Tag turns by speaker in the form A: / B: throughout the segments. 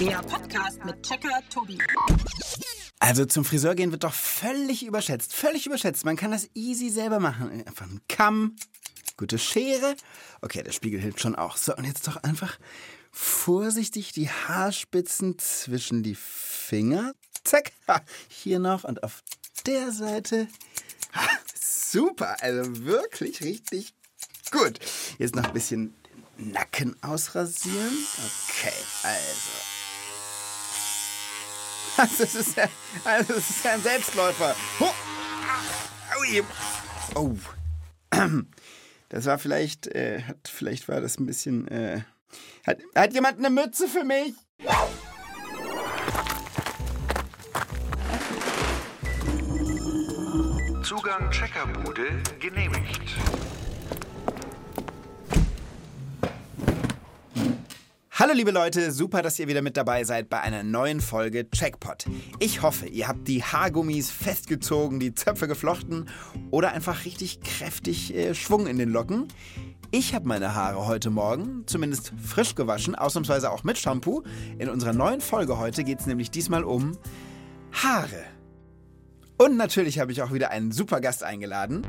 A: Der Podcast mit Checker Tobi.
B: Also zum Friseur gehen wird doch völlig überschätzt. Völlig überschätzt. Man kann das easy selber machen. Einfach einen Kamm, gute Schere. Okay, der Spiegel hilft schon auch. So, und jetzt doch einfach vorsichtig die Haarspitzen zwischen die Finger. Zack. Ha, Hier noch und auf der Seite. Ha, super. Also wirklich richtig gut. Jetzt noch ein bisschen den Nacken ausrasieren. Okay, also. Also, das ist ja, also das ist ja ein Selbstläufer. Huh. Ah, aui. Oh. Das war vielleicht, äh, hat, vielleicht war das ein bisschen, äh, hat, hat jemand eine Mütze für mich?
C: Zugang Checkerbude genehmigt.
B: Hallo liebe Leute, super, dass ihr wieder mit dabei seid bei einer neuen Folge Checkpot. Ich hoffe, ihr habt die Haargummis festgezogen, die Zöpfe geflochten oder einfach richtig kräftig äh, Schwung in den Locken. Ich habe meine Haare heute Morgen zumindest frisch gewaschen, ausnahmsweise auch mit Shampoo. In unserer neuen Folge heute geht es nämlich diesmal um Haare. Und natürlich habe ich auch wieder einen super Gast eingeladen.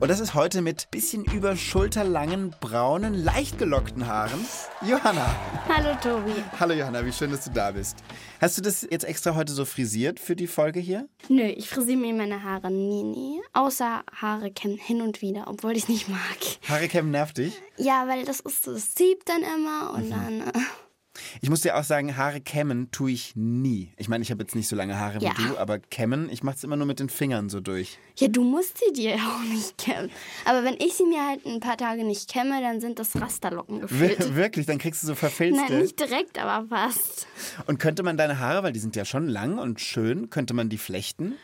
B: Und das ist heute mit bisschen über schulterlangen, braunen, leicht gelockten Haaren Johanna.
D: Hallo Tobi.
B: Hallo Johanna, wie schön, dass du da bist. Hast du das jetzt extra heute so frisiert für die Folge hier?
D: Nö, ich frisiere mir meine Haare nie, nie. Außer Haare kämmen hin und wieder, obwohl ich es nicht mag.
B: Haare kämmen nervt dich?
D: Ja, weil das ist so, es zieht dann immer und dann. Äh,
B: Ich muss dir auch sagen, Haare kämmen tue ich nie. Ich meine, ich habe jetzt nicht so lange Haare wie
D: Ja.
B: du, aber kämmen, ich mache es immer nur mit den Fingern so durch.
D: ja, du musst sie dir ja auch nicht kämmen. Aber wenn ich sie mir halt ein paar Tage nicht kämme, dann sind das Rasterlocken
B: Wir
D: gefühlt.
B: wirklich, dann kriegst du so verfilzte.
D: Nein, nicht direkt, aber fast.
B: Und könnte man deine Haare, weil die sind ja schon lang und schön, könnte man die flechten?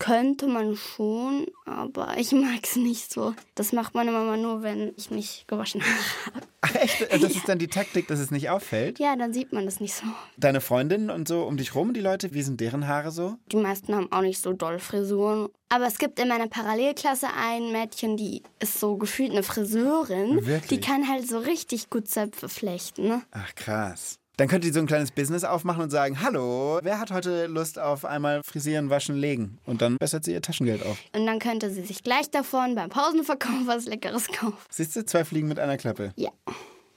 D: Könnte man schon, aber ich mag es nicht so. Das macht meine Mama nur, wenn ich nicht gewaschen habe.
B: Ach echt? Das ist dann die Taktik, dass es nicht auffällt?
D: Ja, dann sieht man das nicht so.
B: Deine Freundinnen und so um dich rum, die Leute, wie sind deren Haare so?
D: Die meisten haben auch nicht so doll Frisuren. Aber es gibt in meiner Parallelklasse ein Mädchen, die ist so gefühlt eine Friseurin.
B: Wirklich?
D: Die kann halt so richtig gut Zöpfe flechten. Ne?
B: Ach krass. Dann könnt ihr so ein kleines Business aufmachen und sagen, hallo, wer hat heute Lust auf einmal frisieren, waschen, legen? Und dann bessert sie ihr Taschengeld auf.
D: Und dann könnte sie sich gleich davon beim Pausenverkauf was Leckeres kaufen.
B: Siehst du, zwei Fliegen mit einer Klappe.
D: Ja.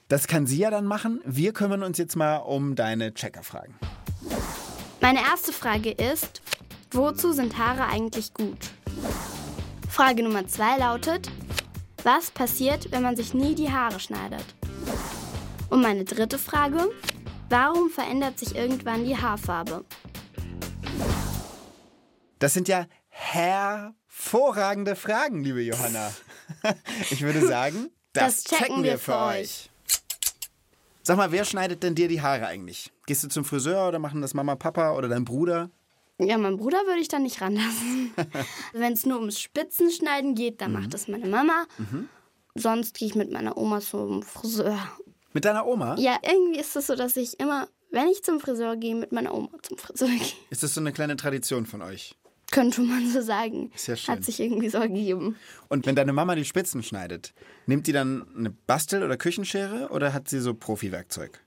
B: Das kann sie ja dann machen. Wir kümmern uns jetzt mal um deine Checkerfragen.
D: Meine erste Frage ist, wozu sind Haare eigentlich gut? Frage Nummer zwei lautet, was passiert, wenn man sich nie die Haare schneidet? Und meine dritte Frage, warum verändert sich irgendwann die Haarfarbe?
B: Das sind ja hervorragende Fragen, liebe Johanna. Ich würde sagen, das,
D: Das checken wir für euch.
B: Sag mal, wer schneidet denn dir die Haare eigentlich? Gehst du zum Friseur oder machen das Mama, Papa oder dein Bruder?
D: Ja, meinen Bruder würde ich da nicht ranlassen. Wenn es nur ums Spitzenschneiden geht, dann
B: Mhm.
D: macht das meine Mama. Sonst gehe ich mit meiner Oma zum Friseur.
B: Mit deiner Oma?
D: Ja, irgendwie ist es so, dass ich immer, wenn ich zum Friseur gehe, mit meiner Oma zum Friseur gehe.
B: Ist das so eine kleine Tradition von euch?
D: Könnte man so sagen.
B: Ist ja schön.
D: Hat sich irgendwie so ergeben.
B: Und wenn deine Mama die Spitzen schneidet, nimmt die dann eine Bastel- oder Küchenschere oder hat sie so Profi-Werkzeug?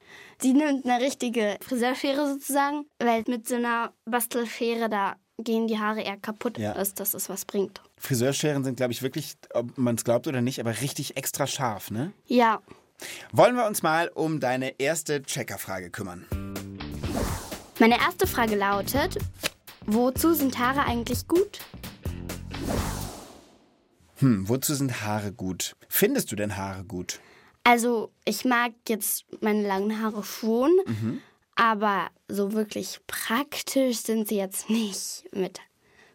D: Sie nimmt eine richtige Friseurschere sozusagen, weil mit so einer Bastelschere da gehen die Haare eher kaputt,
B: Ja.
D: als dass es was bringt.
B: Friseurscheren sind, glaube ich, wirklich, ob man es glaubt oder nicht, aber richtig extra scharf, ne?
D: Ja,
B: Wollen wir uns mal um deine erste Checkerfrage kümmern?
D: Meine erste Frage lautet, wozu sind Haare eigentlich gut?
B: Hm, wozu sind Haare gut? Findest du denn Haare gut?
D: Also, ich mag jetzt meine langen Haare schon, aber so wirklich praktisch sind sie jetzt nicht mit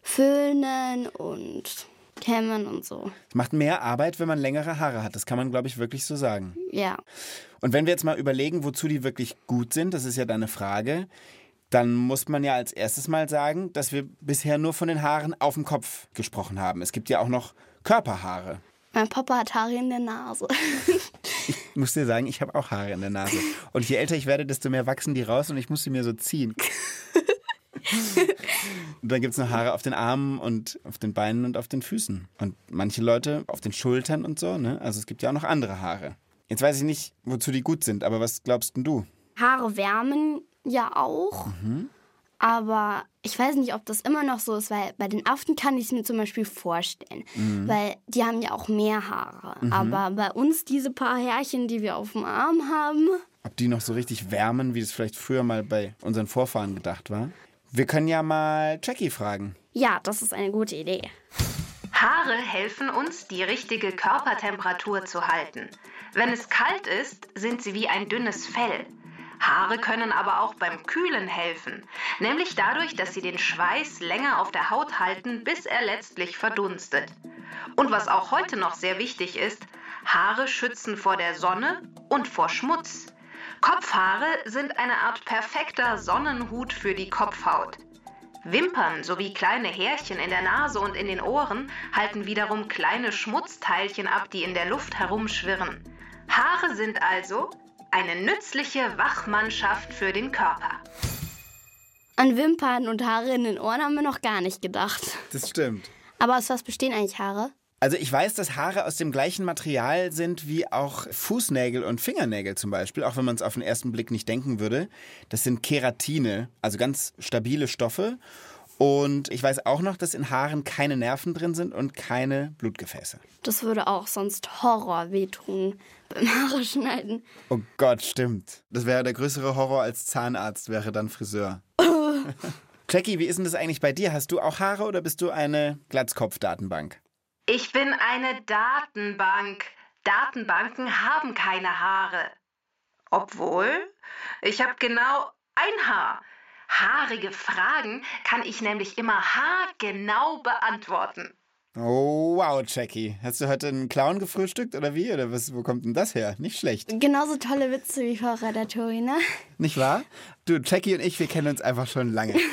D: Föhnen und Kämmen und so.
B: Es macht mehr Arbeit, wenn man längere Haare hat. Das kann man, glaube ich, wirklich so sagen.
D: Ja.
B: Und wenn wir jetzt mal überlegen, wozu die wirklich gut sind, das ist ja deine Frage, dann muss man ja als erstes mal sagen, dass wir bisher nur von den Haaren auf dem Kopf gesprochen haben. Es gibt ja auch noch Körperhaare.
D: Mein Papa hat Haare in der Nase.
B: Ich muss dir sagen, ich habe auch Haare in der Nase. Und je älter ich werde, desto mehr wachsen die raus und ich muss sie mir so ziehen. Und dann gibt es noch Haare auf den Armen und auf den Beinen und auf den Füßen. Und manche Leute auf den Schultern und so, ne? Also es gibt ja auch noch andere Haare. Jetzt weiß ich nicht, wozu die gut sind, aber was glaubst denn du?
D: Haare wärmen ja auch. Aber ich weiß nicht, ob das immer noch so ist, weil bei den Aften kann ich es mir zum Beispiel vorstellen. Weil die haben ja auch mehr Haare. Aber bei uns diese paar Härchen, die wir auf dem Arm haben,
B: Ob die noch so richtig wärmen, wie das vielleicht früher mal bei unseren Vorfahren gedacht war? Wir können ja mal Jackie fragen.
D: ja, das ist eine gute Idee.
E: Haare helfen uns, die richtige Körpertemperatur zu halten. Wenn es kalt ist, sind sie wie ein dünnes Fell. Haare können aber auch beim Kühlen helfen, nämlich dadurch, dass sie den Schweiß länger auf der Haut halten, bis er letztlich verdunstet. Und was auch heute noch sehr wichtig ist, Haare schützen vor der Sonne und vor Schmutz. Kopfhaare sind eine Art perfekter Sonnenhut für die Kopfhaut. Wimpern sowie kleine Härchen in der Nase und in den Ohren halten wiederum kleine Schmutzteilchen ab, die in der Luft herumschwirren. Haare sind also eine nützliche Wachmannschaft für den Körper.
D: An Wimpern und Haare in den Ohren haben wir noch gar nicht gedacht.
B: Das stimmt.
D: Aber aus was bestehen eigentlich Haare?
B: Also ich weiß, dass Haare aus dem gleichen Material sind wie auch Fußnägel und Fingernägel zum Beispiel, auch wenn man es auf den ersten Blick nicht denken würde. Das sind Keratine, also ganz stabile Stoffe. Und ich weiß auch noch, dass in Haaren keine Nerven drin sind und keine Blutgefäße.
D: Das würde auch sonst Horror wehtun beim Haare schneiden.
B: Oh Gott, stimmt. Das wäre der größere Horror als Zahnarzt, wäre dann Friseur. Jackie, wie ist denn das eigentlich bei dir? Hast du auch Haare oder bist du eine Glatzkopf-Datenbank?
E: Ich bin eine Datenbank. Datenbanken haben keine Haare. Obwohl, ich habe genau ein Haar. Haarige Fragen kann ich nämlich immer haargenau beantworten.
B: Oh, wow, Jackie. Hast du heute einen Clown gefrühstückt oder wie? Oder was, wo kommt denn das her? Nicht schlecht.
D: Genauso tolle Witze wie Frau Radatori, ne?
B: Nicht wahr? Du, Jackie und ich, wir kennen uns einfach schon lange.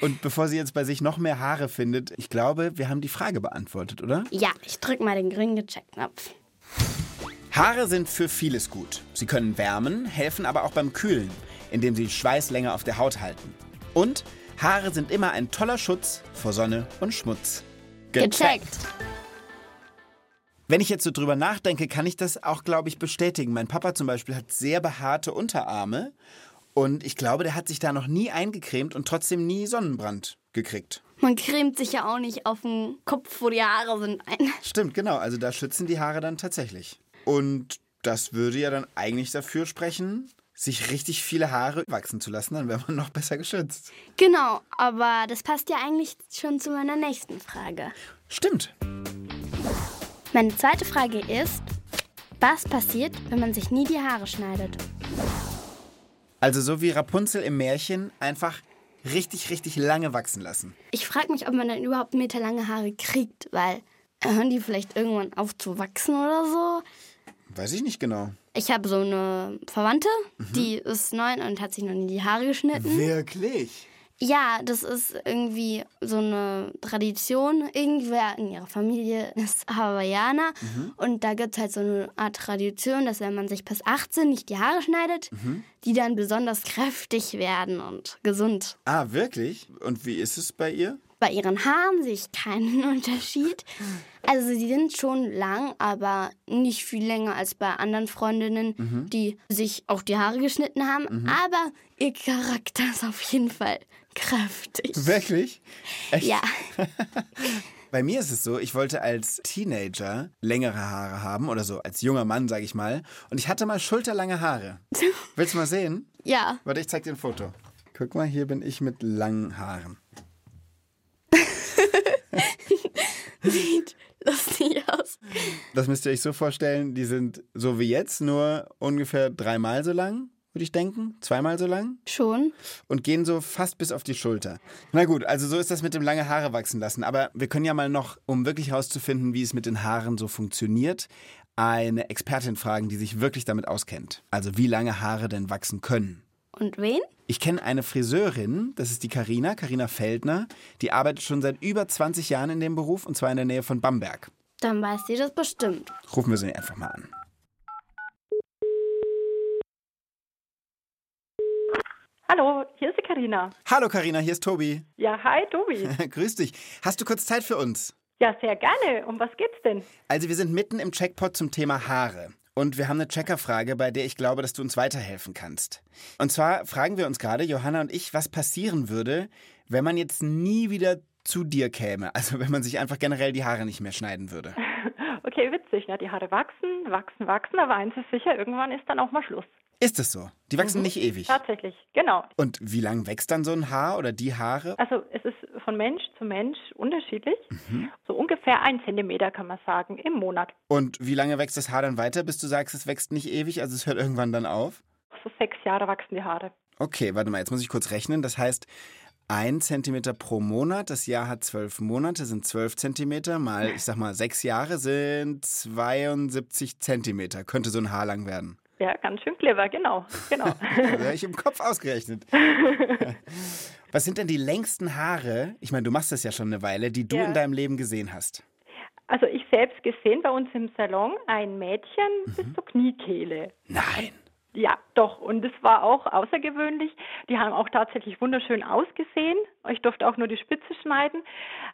B: Und bevor sie jetzt bei sich noch mehr Haare findet, ich glaube, wir haben die Frage beantwortet, oder?
D: Ja, ich drück mal den grünen Check-Knopf.
B: Haare sind für vieles gut. Sie können wärmen, helfen aber auch beim Kühlen, indem sie Schweiß länger auf der Haut halten. Und Haare sind immer ein toller Schutz vor Sonne und Schmutz.
D: Gecheckt.
B: Wenn ich jetzt so drüber nachdenke, kann ich das auch, glaube ich, bestätigen. Mein Papa zum Beispiel hat sehr behaarte Unterarme und ich glaube, der hat sich da noch nie eingecremt und trotzdem nie Sonnenbrand gekriegt.
D: Man cremt sich ja auch nicht auf den Kopf, wo die Haare sind, ein.
B: Stimmt, genau. Also da schützen die Haare dann tatsächlich. Und das würde ja dann eigentlich dafür sprechen, sich richtig viele Haare wachsen zu lassen, dann wäre man noch besser geschützt.
D: Genau, aber das passt ja eigentlich schon zu meiner nächsten Frage.
B: Stimmt.
D: Meine zweite Frage ist, was passiert, wenn man sich nie die Haare schneidet?
B: Also so wie Rapunzel im Märchen einfach richtig, richtig lange wachsen lassen.
D: Ich frage mich, ob man dann überhaupt meterlange Haare kriegt, weil äh, hören die vielleicht irgendwann auf zu wachsen oder so?
B: Weiß ich nicht genau.
D: Ich habe so eine Verwandte, die ist neun und hat sich noch nie die Haare
B: Mhm.
D: geschnitten.
B: Wirklich?
D: Ja, das ist irgendwie so eine Tradition. Irgendwer in ihrer Familie ist Hawaiianer. Und da gibt es halt so eine Art Tradition, dass wenn man sich bis 18 nicht die Haare schneidet, die dann besonders kräftig werden und gesund.
B: Ah, wirklich? Und wie ist es bei ihr?
D: Bei ihren Haaren sehe ich keinen Unterschied. Also sie sind schon lang, aber nicht viel länger als bei anderen Freundinnen, die sich auch die Haare geschnitten haben. Aber ihr Charakter ist auf jeden Fall kräftig.
B: Wirklich? Echt?
D: Ja,
B: Bei mir ist es so, ich wollte als Teenager längere Haare haben oder so, als junger Mann, sage ich mal. Und ich hatte mal schulterlange Haare. Willst du mal sehen?
D: ja.
B: Warte, ich zeig dir ein Foto. Guck mal, hier bin ich mit langen Haaren.
D: Sieht lustig aus.
B: Das müsst ihr euch so vorstellen, die sind so wie jetzt, nur ungefähr dreimal so lang, würde ich denken. Zweimal so lang.
D: Schon.
B: Und gehen so fast bis auf die Schulter. Na gut, also so ist das mit dem lange Haare wachsen lassen. Aber wir können ja mal noch, um wirklich herauszufinden, wie es mit den Haaren so funktioniert, eine Expertin fragen, die sich wirklich damit auskennt. Also wie lange Haare denn wachsen können.
D: Und wen?
B: Ich kenne eine Friseurin, das ist die Karina, Karina Feldner, die arbeitet schon seit über 20 Jahren in dem Beruf und zwar in der Nähe von Bamberg.
D: Dann weiß sie das bestimmt.
B: Rufen wir sie einfach mal an.
F: Hallo, hier ist die Karina.
B: Hallo Karina, hier ist Tobi.
F: Ja, hi, Tobi.
B: Grüß dich. Hast du kurz Zeit für uns?
F: Ja, sehr gerne. Um was geht's denn?
B: Also wir sind mitten im Checkpot zum Thema Haare. Und wir haben eine Checkerfrage, bei der ich glaube, dass du uns weiterhelfen kannst. Und zwar fragen wir uns gerade, Johanna und ich, was passieren würde, wenn man jetzt nie wieder zu dir käme. Also wenn man sich einfach generell die Haare nicht mehr schneiden würde.
F: Okay, witzig, ne? Die Haare wachsen, wachsen, wachsen, aber eins ist sicher, irgendwann ist dann auch mal Schluss.
B: Ist es so? Die wachsen nicht ewig.
F: Tatsächlich, genau.
B: Und wie lang wächst dann so ein Haar oder die Haare?
F: Also es ist von Mensch zu Mensch unterschiedlich. So ungefähr ein Zentimeter kann man sagen im Monat.
B: Und wie lange wächst das Haar dann weiter, bis du sagst, es wächst nicht ewig, also es hört irgendwann dann auf?
F: So sechs Jahre wachsen die Haare.
B: Okay, warte mal, jetzt muss ich kurz rechnen. Das heißt, ein Zentimeter pro Monat, das Jahr hat zwölf Monate, sind zwölf Zentimeter, mal, ich sag mal, sechs Jahre sind 72 Zentimeter. Könnte so ein Haar lang werden.
F: Ja, ganz schön clever, genau, genau.
B: Das habe ich im Kopf ausgerechnet. Was sind denn die längsten Haare, ich meine, du machst das ja schon eine Weile, die du
F: Ja.
B: in deinem Leben gesehen hast?
F: Also ich selbst gesehen bei uns im Salon ein Mädchen bis zur Kniekehle.
B: Nein.
F: Ja, doch. Und es war auch außergewöhnlich. Die haben auch tatsächlich wunderschön ausgesehen. Ich durfte auch nur die Spitze schneiden.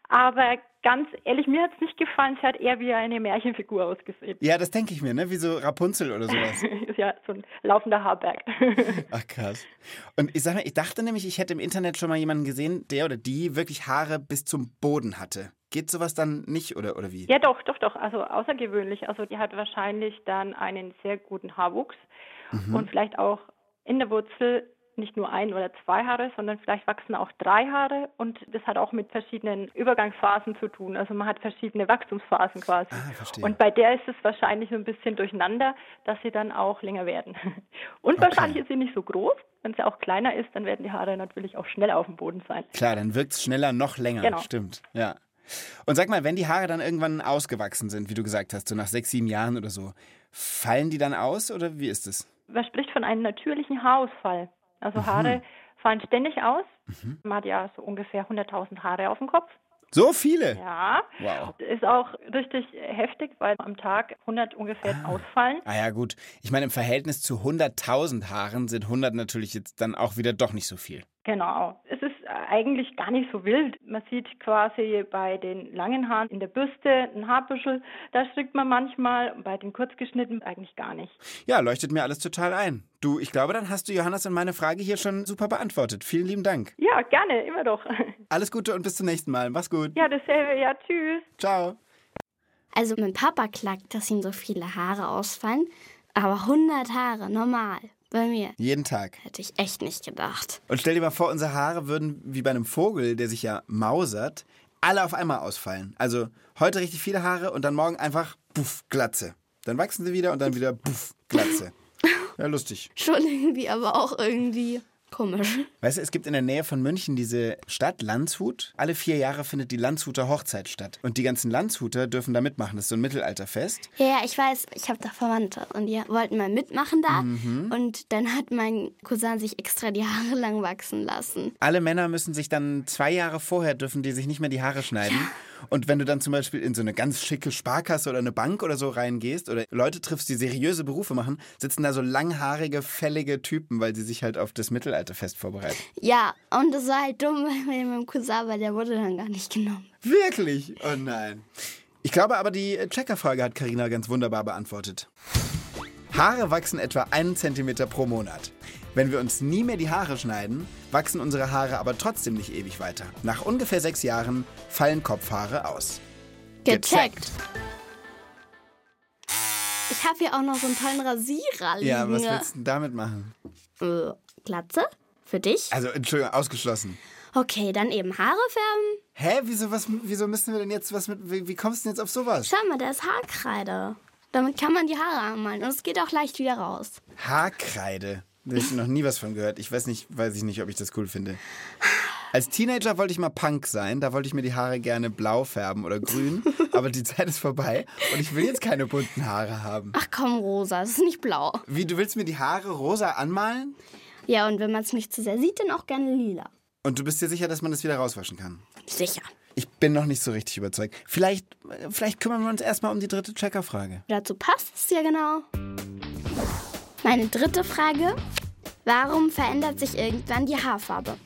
F: Aber ganz ehrlich, mir hat es nicht gefallen. Sie hat eher wie eine Märchenfigur ausgesehen.
B: Ja, das denke ich mir, ne? Wie so Rapunzel oder sowas.
F: Ist ja so ein laufender Haarberg.
B: Ach krass. Und ich sag mal, ich dachte nämlich, ich hätte im Internet schon mal jemanden gesehen, der oder die wirklich Haare bis zum Boden hatte. Geht sowas dann nicht oder, oder wie?
F: ja, doch, doch, doch. Also außergewöhnlich. Also die hat wahrscheinlich dann einen sehr guten Haarwuchs
B: Mhm.
F: und vielleicht auch in der Wurzel nicht nur ein oder zwei Haare, sondern vielleicht wachsen auch drei Haare und das hat auch mit verschiedenen Übergangsphasen zu tun. Also man hat verschiedene Wachstumsphasen quasi.
B: Ah, verstehe.
F: Und bei der ist es wahrscheinlich so ein bisschen durcheinander, dass sie dann auch länger werden. Und
B: Okay.
F: wahrscheinlich ist sie nicht so groß. Wenn sie auch kleiner ist, dann werden die Haare natürlich auch schneller auf dem Boden sein.
B: Klar, dann wirkt es schneller, noch länger.
F: Genau.
B: Stimmt, ja. Und sag mal, wenn die Haare dann irgendwann ausgewachsen sind, wie du gesagt hast, so nach sechs, sieben Jahren oder so, fallen die dann aus oder wie ist es?
F: Man spricht von einem natürlichen Haarausfall.
B: Mhm.
F: Also Haare fallen ständig aus. Man hat ja so ungefähr 100.000 Haare auf dem Kopf.
B: So viele?
F: Ja.
B: Wow.
F: Ist auch richtig heftig, weil am Tag 100 ungefähr ausfallen.
B: Ah ja, gut. Ich meine, im Verhältnis zu 100.000 Haaren sind 100 natürlich jetzt dann auch wieder doch nicht so viel.
F: Genau. Es ist eigentlich gar nicht so wild. Man sieht quasi bei den langen Haaren in der Bürste einen Haarbüschel. Da strickt man manchmal. Und Bei den kurzgeschnittenen eigentlich gar nicht.
B: Ja, leuchtet mir alles total ein. Du, ich glaube, dann hast du Johannes und meine Frage hier schon super beantwortet. Vielen lieben Dank.
F: Ja, gerne, immer doch.
B: Alles Gute und bis zum nächsten Mal. Mach's gut.
F: Ja, dasselbe. Ja, tschüss.
B: Ciao.
D: Also mein Papa klagt, dass ihm so viele Haare ausfallen, aber 100 Haare, normal, bei mir.
B: Jeden Tag.
D: Hätte ich echt nicht gedacht.
B: Und stell dir mal vor, unsere Haare würden wie bei einem Vogel, der sich ja mausert, alle auf einmal ausfallen. Also heute richtig viele Haare und dann morgen einfach puff, Glatze. Dann wachsen sie wieder und dann wieder puff, Glatze. Ja, lustig.
D: Schon irgendwie, aber auch irgendwie komisch.
B: Weißt du, es gibt in der Nähe von München diese Stadt Landshut. Alle vier Jahre findet die Landshuter Hochzeit statt. Und die ganzen Landshuter dürfen da mitmachen. Das ist so ein Mittelalterfest.
D: Ja, ja, ich weiß, ich habe da Verwandte und die wollten mal mitmachen da.
B: Mhm.
D: Und dann hat mein Cousin sich extra die Haare lang wachsen lassen.
B: Alle Männer müssen sich dann zwei Jahre vorher dürfen die sich nicht mehr die Haare schneiden. Und wenn du dann zum Beispiel in so eine ganz schicke Sparkasse oder eine Bank oder so reingehst oder Leute triffst, die seriöse Berufe machen, sitzen da so langhaarige, fällige Typen, weil sie sich halt auf das Mittelalterfest vorbereiten.
D: Ja, und das war halt dumm bei meinem Cousin, weil der wurde dann gar nicht genommen.
B: Wirklich? Oh nein. Ich glaube aber, die Checkerfrage hat Karina ganz wunderbar beantwortet. Haare wachsen etwa einen Zentimeter pro Monat. Wenn wir uns nie mehr die Haare schneiden, wachsen unsere Haare aber trotzdem nicht ewig weiter. Nach ungefähr sechs Jahren fallen Kopfhaare aus. Gecheckt.
D: Ich habe hier auch noch so einen tollen Rasierer liegen.
B: Ja, was willst du denn damit machen?
D: äh, Glatze? Für dich?
B: Also, Entschuldigung, ausgeschlossen.
D: Okay, dann eben Haare färben.
B: Hä, wieso, was, wieso müssen wir denn jetzt was mit. Wie, wie kommst du denn jetzt auf sowas?
D: Schau mal, da ist Haarkreide. Damit kann man die Haare anmalen und es geht auch leicht wieder raus.
B: Haarkreide. Da habe ich noch nie was von gehört. Ich weiß nicht, weiß ich nicht, ob ich das cool finde. Als Teenager wollte ich mal Punk sein. Da wollte ich mir die Haare gerne blau färben oder grün. Aber die Zeit ist vorbei und ich will jetzt keine bunten Haare haben.
D: Ach komm, Rosa, es ist nicht blau.
B: Wie, du willst mir die Haare rosa anmalen?
D: Ja, und wenn man es nicht zu sehr sieht, dann auch gerne lila.
B: Und du bist dir sicher, dass man das wieder rauswaschen kann?
D: Sicher.
B: Ich bin noch nicht so richtig überzeugt. Vielleicht, vielleicht kümmern wir uns erstmal um die dritte Checkerfrage.
D: Dazu passt es ja genau. Meine dritte Frage. Warum verändert sich irgendwann die Haarfarbe?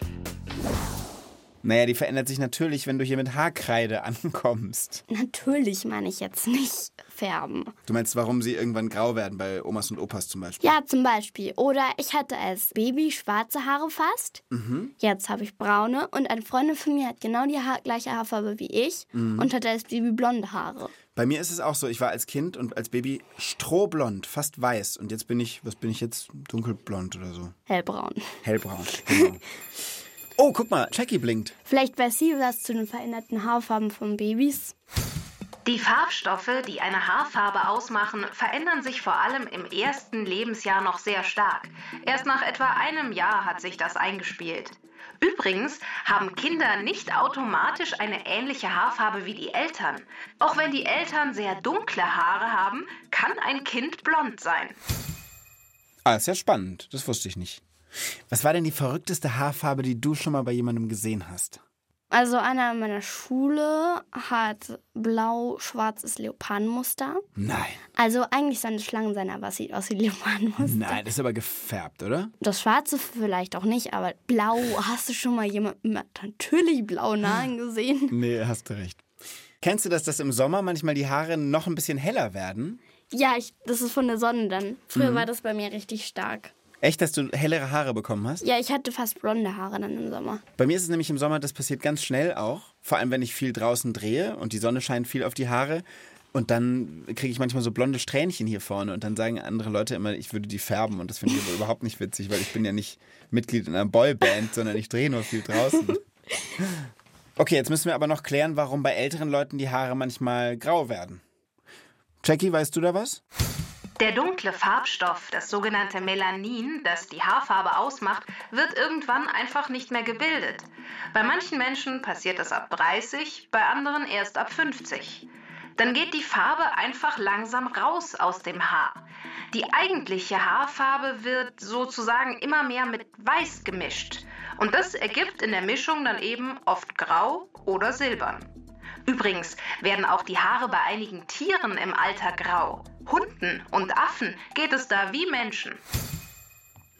B: Naja, die verändert sich natürlich, wenn du hier mit Haarkreide ankommst.
D: Natürlich meine ich jetzt nicht färben.
B: Du meinst, warum sie irgendwann grau werden, bei Omas und Opas zum Beispiel?
D: Ja, zum Beispiel. Oder ich hatte als Baby schwarze Haare fast. Jetzt habe ich braune. Und eine Freundin von mir hat genau die ha gleiche Haarfarbe wie ich und hatte als Baby blonde Haare.
B: Bei mir ist es auch so, ich war als Kind und als Baby strohblond, fast weiß. Und jetzt bin ich, was bin ich jetzt? Dunkelblond oder so.
D: Hellbraun.
B: Hellbraun. Genau. oh, guck mal, Jackie blinkt.
D: Vielleicht weiß sie was zu den veränderten Haarfarben von Babys.
E: Die Farbstoffe, die eine Haarfarbe ausmachen, verändern sich vor allem im ersten Lebensjahr noch sehr stark. Erst nach etwa einem Jahr hat sich das eingespielt. Übrigens haben Kinder nicht automatisch eine ähnliche Haarfarbe wie die Eltern. Auch wenn die Eltern sehr dunkle Haare haben, kann ein Kind blond sein.
B: Ah, ist ja spannend. Das wusste ich nicht. Was war denn die verrückteste Haarfarbe, die du schon mal bei jemandem gesehen hast?
D: Also einer in meiner Schule hat blau-schwarzes Leopardenmuster.
B: Nein.
D: Also eigentlich seine Schlangen sein, aber es sieht aus wie Leopardenmuster.
B: Nein, das ist aber gefärbt, oder?
D: Das Schwarze vielleicht auch nicht, aber blau. Hast du schon mal jemanden mit natürlich blauen Haaren gesehen?
B: Nee, hast du recht. Kennst du das, dass im Sommer manchmal die Haare noch ein bisschen heller werden?
D: Ja, ich, das ist von der Sonne dann. Früher war das bei mir richtig stark.
B: Echt, dass du hellere Haare bekommen hast?
D: Ja, ich hatte fast blonde Haare dann im Sommer.
B: Bei mir ist es nämlich im Sommer, das passiert ganz schnell auch. Vor allem, wenn ich viel draußen drehe und die Sonne scheint viel auf die Haare. Und dann kriege ich manchmal so blonde Strähnchen hier vorne. Und dann sagen andere Leute immer, ich würde die färben. Und das finde ich aber überhaupt nicht witzig, weil ich bin ja nicht Mitglied in einer Boyband, sondern ich drehe nur viel draußen. Okay, jetzt müssen wir aber noch klären, warum bei älteren Leuten die Haare manchmal grau werden. Jackie, weißt du da was?
E: Der dunkle Farbstoff, das sogenannte Melanin, das die Haarfarbe ausmacht, wird irgendwann einfach nicht mehr gebildet. Bei manchen Menschen passiert das ab 30, bei anderen erst ab 50. Dann geht die Farbe einfach langsam raus aus dem Haar. Die eigentliche Haarfarbe wird sozusagen immer mehr mit Weiß gemischt. Und das ergibt in der Mischung dann eben oft grau oder silbern. Übrigens werden auch die Haare bei einigen Tieren im Alter grau. Hunden und Affen geht es da wie Menschen.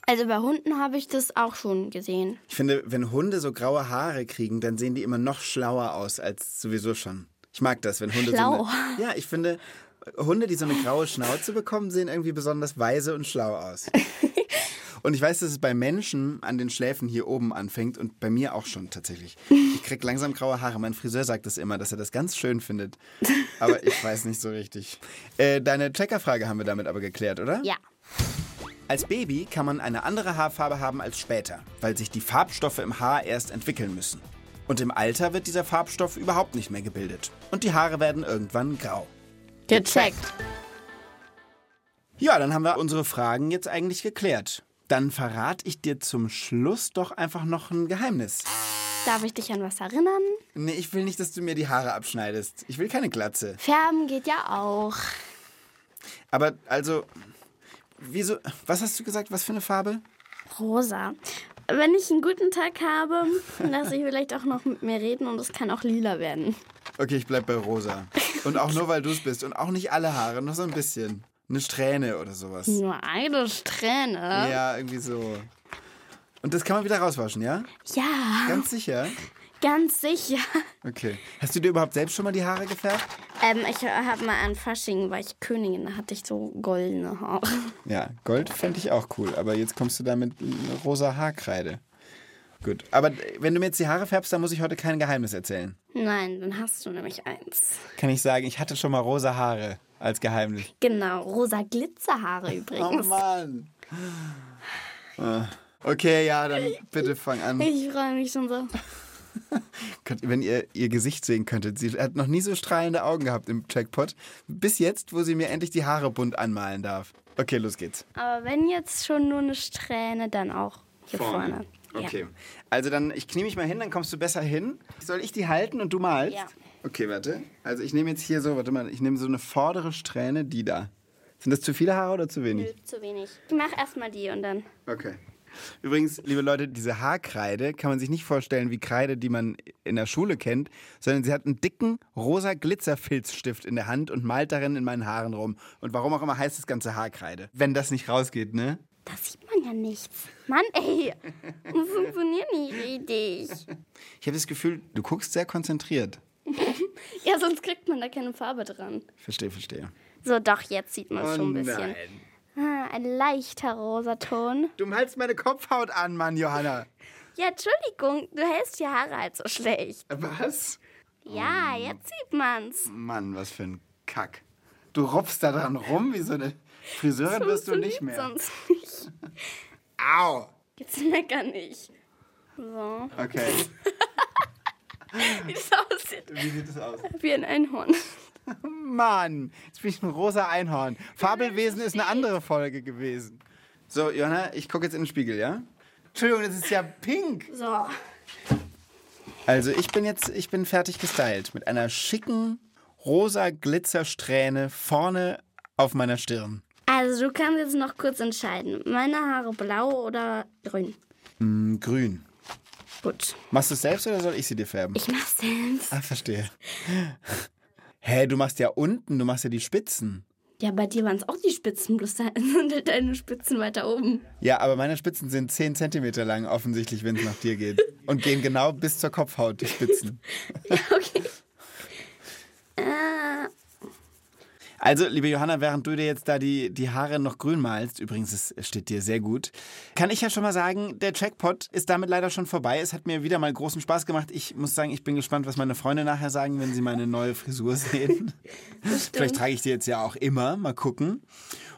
D: Also bei Hunden habe ich das auch schon gesehen.
B: Ich finde, wenn Hunde so graue Haare kriegen, dann sehen die immer noch schlauer aus als sowieso schon. Ich mag das, wenn Hunde
D: Schlau.
B: so. Eine, ja, ich finde, Hunde, die so eine graue Schnauze bekommen, sehen irgendwie besonders weise und schlau aus. Und ich weiß, dass es bei Menschen an den Schläfen hier oben anfängt und bei mir auch schon tatsächlich. Ich krieg langsam graue Haare. Mein Friseur sagt das immer, dass er das ganz schön findet. Aber ich weiß nicht so richtig. Äh, deine Checkerfrage haben wir damit aber geklärt, oder?
D: Ja.
B: Als Baby kann man eine andere Haarfarbe haben als später, weil sich die Farbstoffe im Haar erst entwickeln müssen. Und im Alter wird dieser Farbstoff überhaupt nicht mehr gebildet. Und die Haare werden irgendwann grau.
D: Gecheckt.
B: Ja, dann haben wir unsere Fragen jetzt eigentlich geklärt. Dann verrate ich dir zum Schluss doch einfach noch ein Geheimnis.
D: Darf ich dich an was erinnern?
B: Nee, ich will nicht, dass du mir die Haare abschneidest. Ich will keine Glatze.
D: Färben geht ja auch.
B: Aber also, wieso? Was hast du gesagt? Was für eine Farbe?
D: Rosa. Wenn ich einen guten Tag habe, lasse ich vielleicht auch noch mit mir reden und es kann auch lila werden.
B: Okay, ich bleib bei rosa. Und auch nur, weil du es bist. Und auch nicht alle Haare, nur so ein bisschen. Eine Strähne oder sowas.
D: Nur eine Strähne.
B: Ja, irgendwie so. Und das kann man wieder rauswaschen, ja?
D: Ja,
B: Ganz sicher?
D: ganz sicher.
B: Okay. Hast du dir überhaupt selbst schon mal die Haare gefärbt?
D: Ähm, ich habe mal an Fasching, war ich Königin, da hatte ich so goldene Haare.
B: Ja, Gold fände ich auch cool, aber jetzt kommst du da mit rosa Haarkreide. Gut, aber wenn du mir jetzt die Haare färbst, dann muss ich heute kein Geheimnis erzählen.
D: Nein, dann hast du nämlich eins.
B: Kann ich sagen, ich hatte schon mal rosa Haare als Geheimnis. Oh,
D: Genau, rosa Glitzerhaare übrigens.
B: Mann. Ah. Okay, ja, dann bitte fang an.
D: ich freue mich schon so.
B: Könnt- Wenn ihr ihr Gesicht sehen könntet, sie hat noch nie so strahlende Augen gehabt im Checkpot. Bis jetzt, wo sie mir endlich die Haare bunt anmalen darf. Okay, los geht's.
D: Aber wenn jetzt schon nur eine Strähne, dann auch hier vorne.
B: Okay. Also dann, ich knie mich mal hin, dann kommst du besser hin. Soll ich die halten und du malst?
D: Ja.
B: Okay, warte. Also ich nehme jetzt hier so, warte mal, ich nehme so eine vordere Strähne, die da. Sind das zu viele Haare oder zu wenig?
D: Nö, zu wenig. Ich mach erstmal die und dann.
B: Okay. Übrigens, liebe Leute, diese Haarkreide kann man sich nicht vorstellen wie Kreide, die man in der Schule kennt, sondern sie hat einen dicken rosa Glitzerfilzstift in der Hand und malt darin in meinen Haaren rum. Und warum auch immer heißt das ganze Haarkreide. Wenn das nicht rausgeht, ne?
D: Da sieht man ja nichts. Mann, ey, das funktioniert nicht richtig.
B: Ich habe das Gefühl, du guckst sehr konzentriert.
D: Ja, sonst kriegt man da keine Farbe dran.
B: Verstehe, verstehe.
D: So, doch, jetzt sieht man es schon ein bisschen.
B: Oh nein.
D: Ah, ein leichter rosa Ton.
B: Du malst meine Kopfhaut an, Mann, Johanna.
D: Ja, Entschuldigung, du hältst die Haare halt so schlecht.
B: Was?
D: Ja,
B: Oh.
D: jetzt sieht man's.
B: Mann, was für ein Kack. Du rupfst da dran rum, wie so eine Friseurin wirst du nicht
D: Funktioniert
B: mehr.
D: Sonst nicht.
B: Au!
D: Jetzt mecker nicht. So,
B: Okay,
D: wie das aussieht.
B: wie sieht das aus?
D: Wie ein Einhorn.
B: Mann, jetzt bin ich ein rosa Einhorn. Fabelwesen ist eine andere Folge gewesen. So, Johanna, ich gucke jetzt in den Spiegel, ja? Entschuldigung, das ist ja pink.
D: So.
B: Also ich bin jetzt, ich bin fertig gestylt mit einer schicken rosa Glitzersträhne vorne auf meiner Stirn.
D: Also, du kannst jetzt noch kurz entscheiden. Meine Haare blau oder grün?
B: Hm, Grün.
D: Gut.
B: Machst du es selbst oder soll ich sie dir färben?
D: Ich mach's selbst.
B: Ah, verstehe. Hä, du machst ja unten, du machst ja die Spitzen.
D: Ja, bei dir waren's auch die Spitzen, bloß da sind halt deine Spitzen weiter oben.
B: Ja, aber meine Spitzen sind 10 cm lang, offensichtlich, wenn es nach dir geht. Und gehen genau bis zur Kopfhaut, die Spitzen.
D: Okay. Äh,
B: Also, liebe Johanna, während du dir jetzt da die, die Haare noch grün malst, übrigens, es steht dir sehr gut, kann ich ja schon mal sagen, der Jackpot ist damit leider schon vorbei. Es hat mir wieder mal großen Spaß gemacht. Ich muss sagen, ich bin gespannt, was meine Freunde nachher sagen, wenn sie meine neue Frisur sehen. Vielleicht trage ich die jetzt ja auch immer. Mal gucken.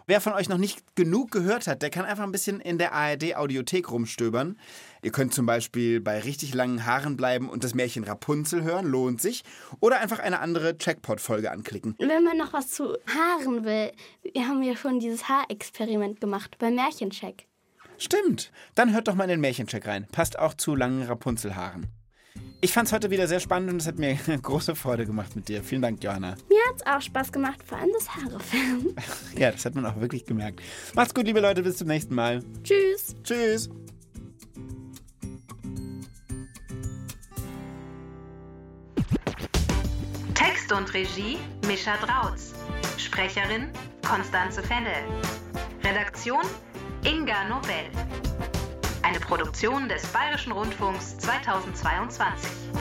B: Wer von euch noch nicht genug gehört hat, der kann einfach ein bisschen in der ARD-Audiothek rumstöbern. Ihr könnt zum Beispiel bei richtig langen Haaren bleiben und das Märchen Rapunzel hören, lohnt sich. Oder einfach eine andere Jackpot-Folge anklicken.
D: wenn man noch was zu Haaren will, wir haben ja schon dieses Haarexperiment gemacht beim Märchencheck.
B: Stimmt. Dann hört doch mal in den Märchencheck rein. Passt auch zu langen Rapunzelhaaren. Ich fand's heute wieder sehr spannend und es hat mir große Freude gemacht mit dir. Vielen Dank, Johanna.
D: Mir hat's auch Spaß gemacht, vor allem das Haarefärben.
B: Ja, das hat man auch wirklich gemerkt. Macht's gut, liebe Leute. Bis zum nächsten Mal.
D: Tschüss.
B: Tschüss.
E: Text und Regie Mischa Drautz. Sprecherin Konstanze Fennel. Redaktion Inga Nobel. Eine Produktion des Bayerischen Rundfunks 2022.